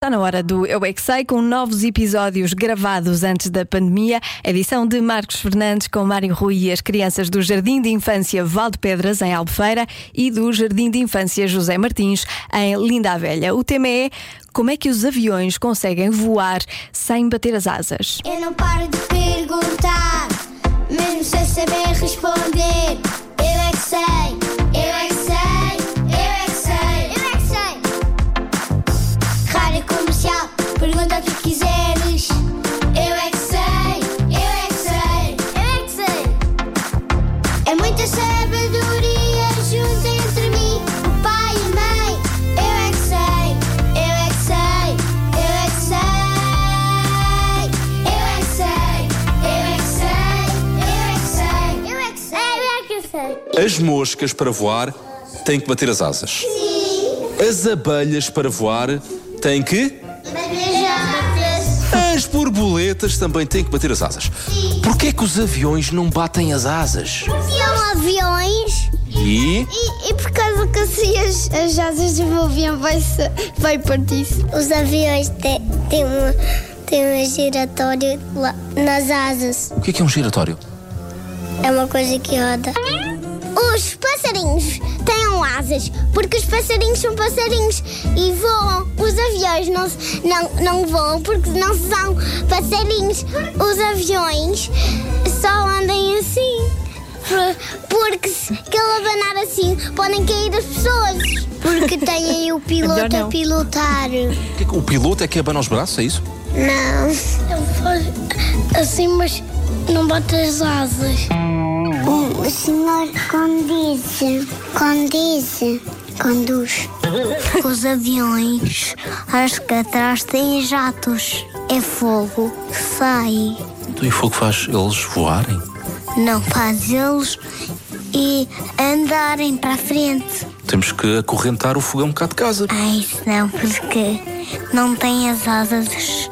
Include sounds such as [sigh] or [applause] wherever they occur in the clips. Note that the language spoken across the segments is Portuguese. Está na hora do Eu é que Sei, com novos episódios gravados antes da pandemia. Edição de Marcos Fernandes com Mário Rui e as crianças do Jardim de Infância Valde Pedras, em Albufeira, e do Jardim de Infância José Martins, em Linda a Velha. O tema é como é que os aviões conseguem voar sem bater as asas? Eu não paro de perguntar, mesmo sem saber responder. Eu é que sei, eu é que sei, eu é que sei, eu é que sei. Rádio comercial, pergunta o que quiseres. Eu é que sei, eu é que sei, eu é que sei. É muita sabedoria junto entre mim, o pai e a mãe. Eu é que sei, eu é que sei, eu é que sei. Eu é que sei, eu é que sei, eu é que sei. Eu é que sei, eu é que As moscas para voar têm que bater as asas. sei. As abelhas para voar têm que. As borboletas também têm que bater as asas. Porquê é que os aviões não batem as asas? São aviões E. e, por causa que assim as, asas de um avião vai, vai partir-se. Os aviões têm têm uma, têm um giratório lá nas asas. O que é que é um giratório? É uma coisa que roda. Os passarinhos têm asas porque os passarinhos são passarinhos e voam. Os aviões não, se- não, não voam porque não são passarinhos. Os aviões só andam assim. por- Porque se calabanar assim podem cair as pessoas. Porque tem aí [laughs] Melhor o piloto não. a pilotar. O, que é que- o piloto é que abana os braços, é isso? Não. Assim, mas não bota as asas. O senhor condiz, condiz, conduz. Os aviões, acho que atrás têm jatos. É fogo, sai. Então, e foi o que faz eles voarem? Não faz eles e andarem para a frente. Temos que acorrentar o fogão cá de casa. Ai, isso não, porque não tem as asas.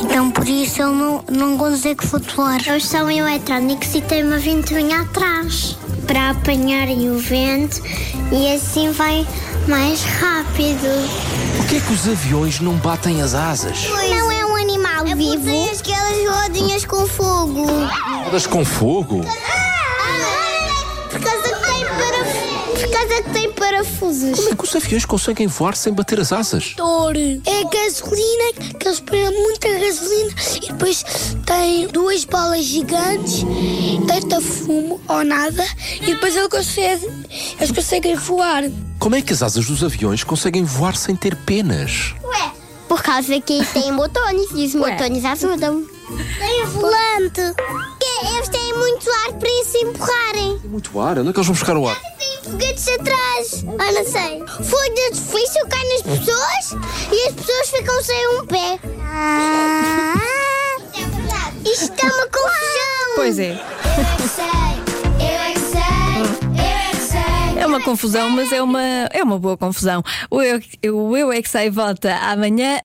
Então por isso eu não, não consegue flutuar. Eles são eletrónicos e têm uma ventoinha atrás para apanharem o vento e assim vai mais rápido. Porquê é que os aviões não batem as asas? Não é um animal é vivo. Tem aquelas rodinhas com fogo. Todas com fogo? Ah, Por causa que tem parafusos. Por causa que tem parafusos. Como é que os aviões conseguem voar sem bater as asas? É gasolina, que eles põem muita gasolina e depois tem duas bolas gigantes, deita fumo ou nada e depois ele consegue, eles conseguem voar. Como é que as asas dos aviões conseguem voar sem ter penas? Ué, por causa que tem botões e os botões ajudam. Tem volante. Eles têm muito ar para se empurrarem. Tem muito ar, onde é que eles vão buscar o ar? Tem foguetes atrás. Ah, não sei. Fogo de artifício cai nas pessoas e as pessoas ficam sem um pé. Ah, isto é [laughs] uma confusão. Pois é, Eu é que sei, eu é que sei. é uma confusão, mas é uma, é uma boa confusão. O Eu, o eu é que Sei volta amanhã.